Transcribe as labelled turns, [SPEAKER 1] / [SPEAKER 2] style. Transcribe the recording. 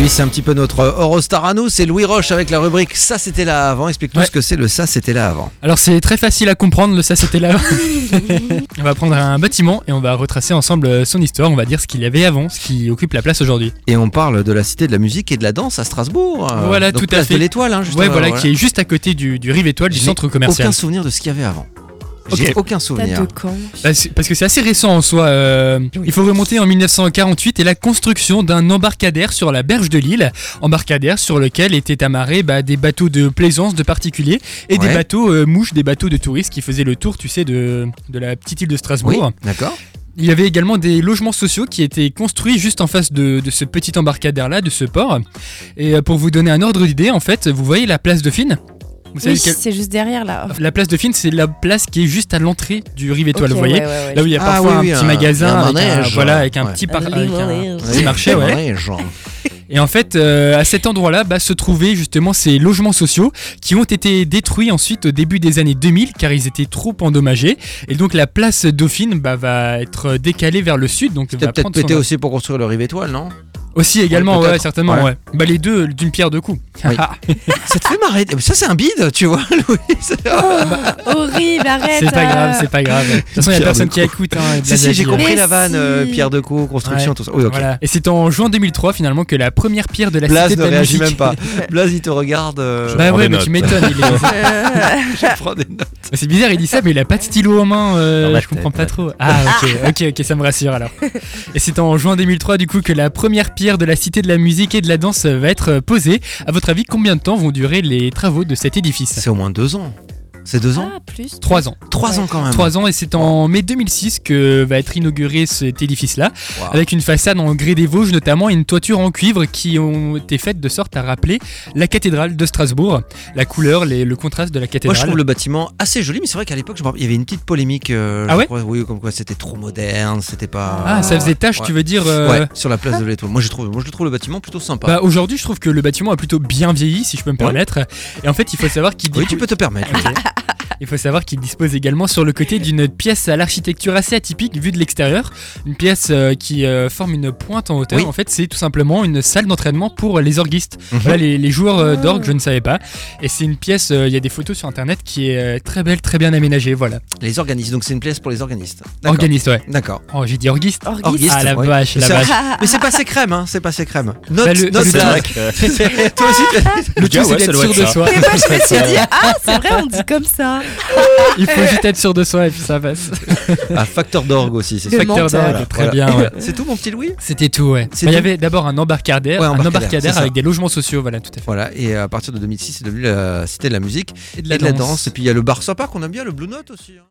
[SPEAKER 1] Lui, c'est un petit peu notre Eurostar à nous. C'est Louis Roche avec la rubrique Ça, c'était là avant. Explique-nous
[SPEAKER 2] Ouais.
[SPEAKER 1] ce que c'est le Ça, c'était là avant.
[SPEAKER 2] Alors c'est très facile à comprendre, le ça c'était là. on va prendre un bâtiment et on va retracer ensemble euh, son histoire, on va dire ce qu'il y avait avant, ce qui occupe la place aujourd'hui.
[SPEAKER 1] Et on parle de la cité de la musique et de la danse à Strasbourg. euh,
[SPEAKER 2] Voilà,
[SPEAKER 1] donc
[SPEAKER 2] tout à
[SPEAKER 1] place
[SPEAKER 2] fait.
[SPEAKER 1] de l'étoile, hein, justement.
[SPEAKER 2] Ouais voilà, qui est juste à côté du, du Rive Étoile du
[SPEAKER 1] J'ai
[SPEAKER 2] centre commercial.
[SPEAKER 1] Aucun souvenir de ce qu'il y avait avant. J'ai
[SPEAKER 2] Ok.
[SPEAKER 1] aucun
[SPEAKER 3] Date
[SPEAKER 1] souvenir.
[SPEAKER 3] de quand
[SPEAKER 2] Parce, parce que c'est assez récent en soi. euh, Il faut remonter en 1948 et la construction d'un embarcadère sur la berge de l'île. Embarcadère sur lequel étaient amarrés bah, des bateaux de plaisance de particuliers et des
[SPEAKER 1] Ouais.
[SPEAKER 2] bateaux euh, mouches, des bateaux de touristes qui faisaient le tour, tu sais, de, de la petite île de Strasbourg.
[SPEAKER 1] Oui, d'accord.
[SPEAKER 2] Il y avait également des logements sociaux qui étaient construits juste en face de, de ce petit embarcadère-là, de ce port. Et euh, pour vous donner un ordre d'idée, en fait, vous voyez la place de Fine Vous savez Ah,
[SPEAKER 3] Oui,
[SPEAKER 2] quelle-
[SPEAKER 3] c'est juste derrière là.
[SPEAKER 2] La place de Fine, c'est la place qui est juste à l'entrée du Rive Étoile,
[SPEAKER 3] Ok,
[SPEAKER 2] vous voyez
[SPEAKER 3] ouais, ouais, ouais.
[SPEAKER 2] Là où il y a
[SPEAKER 1] Ah
[SPEAKER 2] parfois
[SPEAKER 1] oui,
[SPEAKER 2] un
[SPEAKER 1] oui,
[SPEAKER 2] petit
[SPEAKER 1] un-
[SPEAKER 2] magasin,
[SPEAKER 1] un
[SPEAKER 2] avec un,
[SPEAKER 1] manège.
[SPEAKER 2] voilà, avec un
[SPEAKER 1] Ouais.
[SPEAKER 2] petit, par-
[SPEAKER 3] Un
[SPEAKER 2] avec un
[SPEAKER 3] manège.
[SPEAKER 2] petit marché, ouais.
[SPEAKER 1] genre.
[SPEAKER 2] Et en fait, euh, à cet endroit-là, bah, se trouvaient justement ces logements sociaux qui ont été détruits ensuite au début des années 2000 car ils étaient trop endommagés. Et donc la place Dauphine bah, va être décalée vers le sud. Donc
[SPEAKER 1] T'as
[SPEAKER 2] va
[SPEAKER 1] peut-être
[SPEAKER 2] prendre
[SPEAKER 1] pété
[SPEAKER 2] son...
[SPEAKER 1] aussi pour construire le rive étoile, non
[SPEAKER 2] aussi également,
[SPEAKER 1] Ouais,
[SPEAKER 2] ouais,
[SPEAKER 1] peut-être.
[SPEAKER 2] certainement.
[SPEAKER 1] Ouais.
[SPEAKER 2] Ouais. Bah, les deux d'une pierre deux coups. Ah,
[SPEAKER 1] Oui. Ça te fait marrer. Ça, c'est un bide, tu vois, Louis. Ah,
[SPEAKER 3] Horrible, arrête. euh.
[SPEAKER 2] c'est pas grave, c'est pas grave. De toute façon, il n'y a
[SPEAKER 1] Pierre
[SPEAKER 2] personne
[SPEAKER 1] deux
[SPEAKER 2] qui
[SPEAKER 1] coups.
[SPEAKER 2] écoute. Hein,
[SPEAKER 1] Si, si, j'ai
[SPEAKER 2] Blasi.
[SPEAKER 1] compris
[SPEAKER 3] Mais
[SPEAKER 1] la vanne, euh,
[SPEAKER 3] si.
[SPEAKER 1] pierre de coups, construction,
[SPEAKER 2] Ouais.
[SPEAKER 1] tout ça. Oui, ok.
[SPEAKER 2] Voilà. Et c'est en juin 2003 finalement que la première pierre de la
[SPEAKER 1] Blaze
[SPEAKER 2] cité
[SPEAKER 1] ne
[SPEAKER 2] de la
[SPEAKER 1] réagit
[SPEAKER 2] musique-
[SPEAKER 1] même pas. Blaze, il te regarde. euh,
[SPEAKER 2] Bah
[SPEAKER 4] prends
[SPEAKER 2] ouais,
[SPEAKER 4] des
[SPEAKER 2] mais tu m'étonnes. il est-
[SPEAKER 3] grave.
[SPEAKER 1] je prends des notes.
[SPEAKER 2] Mais C'est bizarre, il dit ça, mais il a pas de stylo en main. euh,
[SPEAKER 4] Dans la
[SPEAKER 2] je comprends
[SPEAKER 4] tête,
[SPEAKER 2] pas trop. Ah, ok, ok, ok, ça me rassure alors. Et c'est en juin 2003 du coup que la première pierre de la cité de la musique et de la danse va être euh, posée. À votre avis, combien de temps vont durer les travaux de cet édifice
[SPEAKER 1] C'est au moins deux ans. C'est deux ans
[SPEAKER 3] Ah, plus.
[SPEAKER 2] Trois ans.
[SPEAKER 1] Trois ans quand même.
[SPEAKER 2] Trois ans, et c'est en mai 2006 que va être inauguré cet édifice-là,
[SPEAKER 1] Wow.
[SPEAKER 2] avec une façade en grès des Vosges notamment et une toiture en cuivre qui ont été faites de sorte à rappeler la cathédrale de Strasbourg, la couleur, les- le contraste de la
[SPEAKER 1] Moi, je
[SPEAKER 2] cathédrale.
[SPEAKER 1] trouve le bâtiment assez joli, mais c'est vrai qu'à l'époque, je me rappelle, il y avait une petite polémique. euh,
[SPEAKER 2] Ah
[SPEAKER 1] je
[SPEAKER 2] ouais
[SPEAKER 1] crois, Oui, comme quoi c'était trop moderne, c'était pas.
[SPEAKER 2] Ah, ça faisait tâche,
[SPEAKER 1] Ouais.
[SPEAKER 2] tu veux dire euh,
[SPEAKER 1] Ouais, sur la place de l'étoile. Moi, je trouve, moi, je trouve le bâtiment plutôt sympa.
[SPEAKER 2] Bah aujourd'hui je trouve que le bâtiment a plutôt bien vieilli si je peux me permettre et en fait il faut savoir qu'il
[SPEAKER 1] oui,
[SPEAKER 2] dispo-
[SPEAKER 1] tu peux te permettre.
[SPEAKER 2] Ok. Il faut savoir qu'il dispose également sur le côté d'une pièce à l'architecture assez atypique vue de l'extérieur, une pièce euh, qui euh, forme une pointe en hauteur.
[SPEAKER 1] Oui.
[SPEAKER 2] En fait, c'est tout simplement une salle d'entraînement pour les orguistes.
[SPEAKER 1] Mhm.
[SPEAKER 2] Voilà les, les joueurs euh,
[SPEAKER 3] Ah.
[SPEAKER 2] d'orgue, je ne savais pas. Et c'est une pièce, euh, il y a des photos sur internet qui est euh, très belle, très bien aménagée, voilà.
[SPEAKER 1] Les organistes, donc c'est une place pour les organistes. D'accord.
[SPEAKER 2] Organiste, ouais.
[SPEAKER 1] D'accord.
[SPEAKER 2] Oh, j'ai dit orguiste.
[SPEAKER 3] Orguiste.
[SPEAKER 2] Ah la
[SPEAKER 1] ouais.
[SPEAKER 2] vache, la
[SPEAKER 1] C'est
[SPEAKER 2] vache.
[SPEAKER 3] Ah,
[SPEAKER 1] Mais c'est passé crème, hein, c'est passé crème. Note,
[SPEAKER 2] Bah, le-
[SPEAKER 1] note
[SPEAKER 2] le
[SPEAKER 1] ça.
[SPEAKER 2] truc-
[SPEAKER 1] Toi aussi, tu as-
[SPEAKER 2] Le tout,
[SPEAKER 4] Ah ouais,
[SPEAKER 2] c'est
[SPEAKER 4] ça
[SPEAKER 2] d'être
[SPEAKER 4] doit
[SPEAKER 2] sûr
[SPEAKER 4] être
[SPEAKER 2] de
[SPEAKER 4] ça.
[SPEAKER 2] soi.
[SPEAKER 3] Mais moi, je me suis dit, ah, c'est vrai, on dit comme ça.
[SPEAKER 2] Il faut juste être sûr de soi et puis ça passe.
[SPEAKER 1] Ah, facteur d'orgue aussi, c'est ça.
[SPEAKER 3] Le
[SPEAKER 2] Facteur
[SPEAKER 3] mental.
[SPEAKER 2] d'orgue, très
[SPEAKER 1] Voilà.
[SPEAKER 2] bien, ouais.
[SPEAKER 1] C'est tout, mon petit Louis
[SPEAKER 2] C'était tout, ouais.
[SPEAKER 1] C'est
[SPEAKER 2] Bah, Il y
[SPEAKER 1] tout.
[SPEAKER 2] avait d'abord un embarcadère,
[SPEAKER 1] Ouais,
[SPEAKER 2] un
[SPEAKER 1] embarcadère,
[SPEAKER 2] embarcadère
[SPEAKER 1] c'est
[SPEAKER 2] avec
[SPEAKER 1] ça.
[SPEAKER 2] des logements sociaux, voilà, tout à fait.
[SPEAKER 1] Voilà, et euh, à partir de 2006, c'est devenu la cité de la musique
[SPEAKER 2] Et
[SPEAKER 1] et de la danse. Et puis il y a le bar sympa qu'on aime bien, le Blue Note aussi. hein.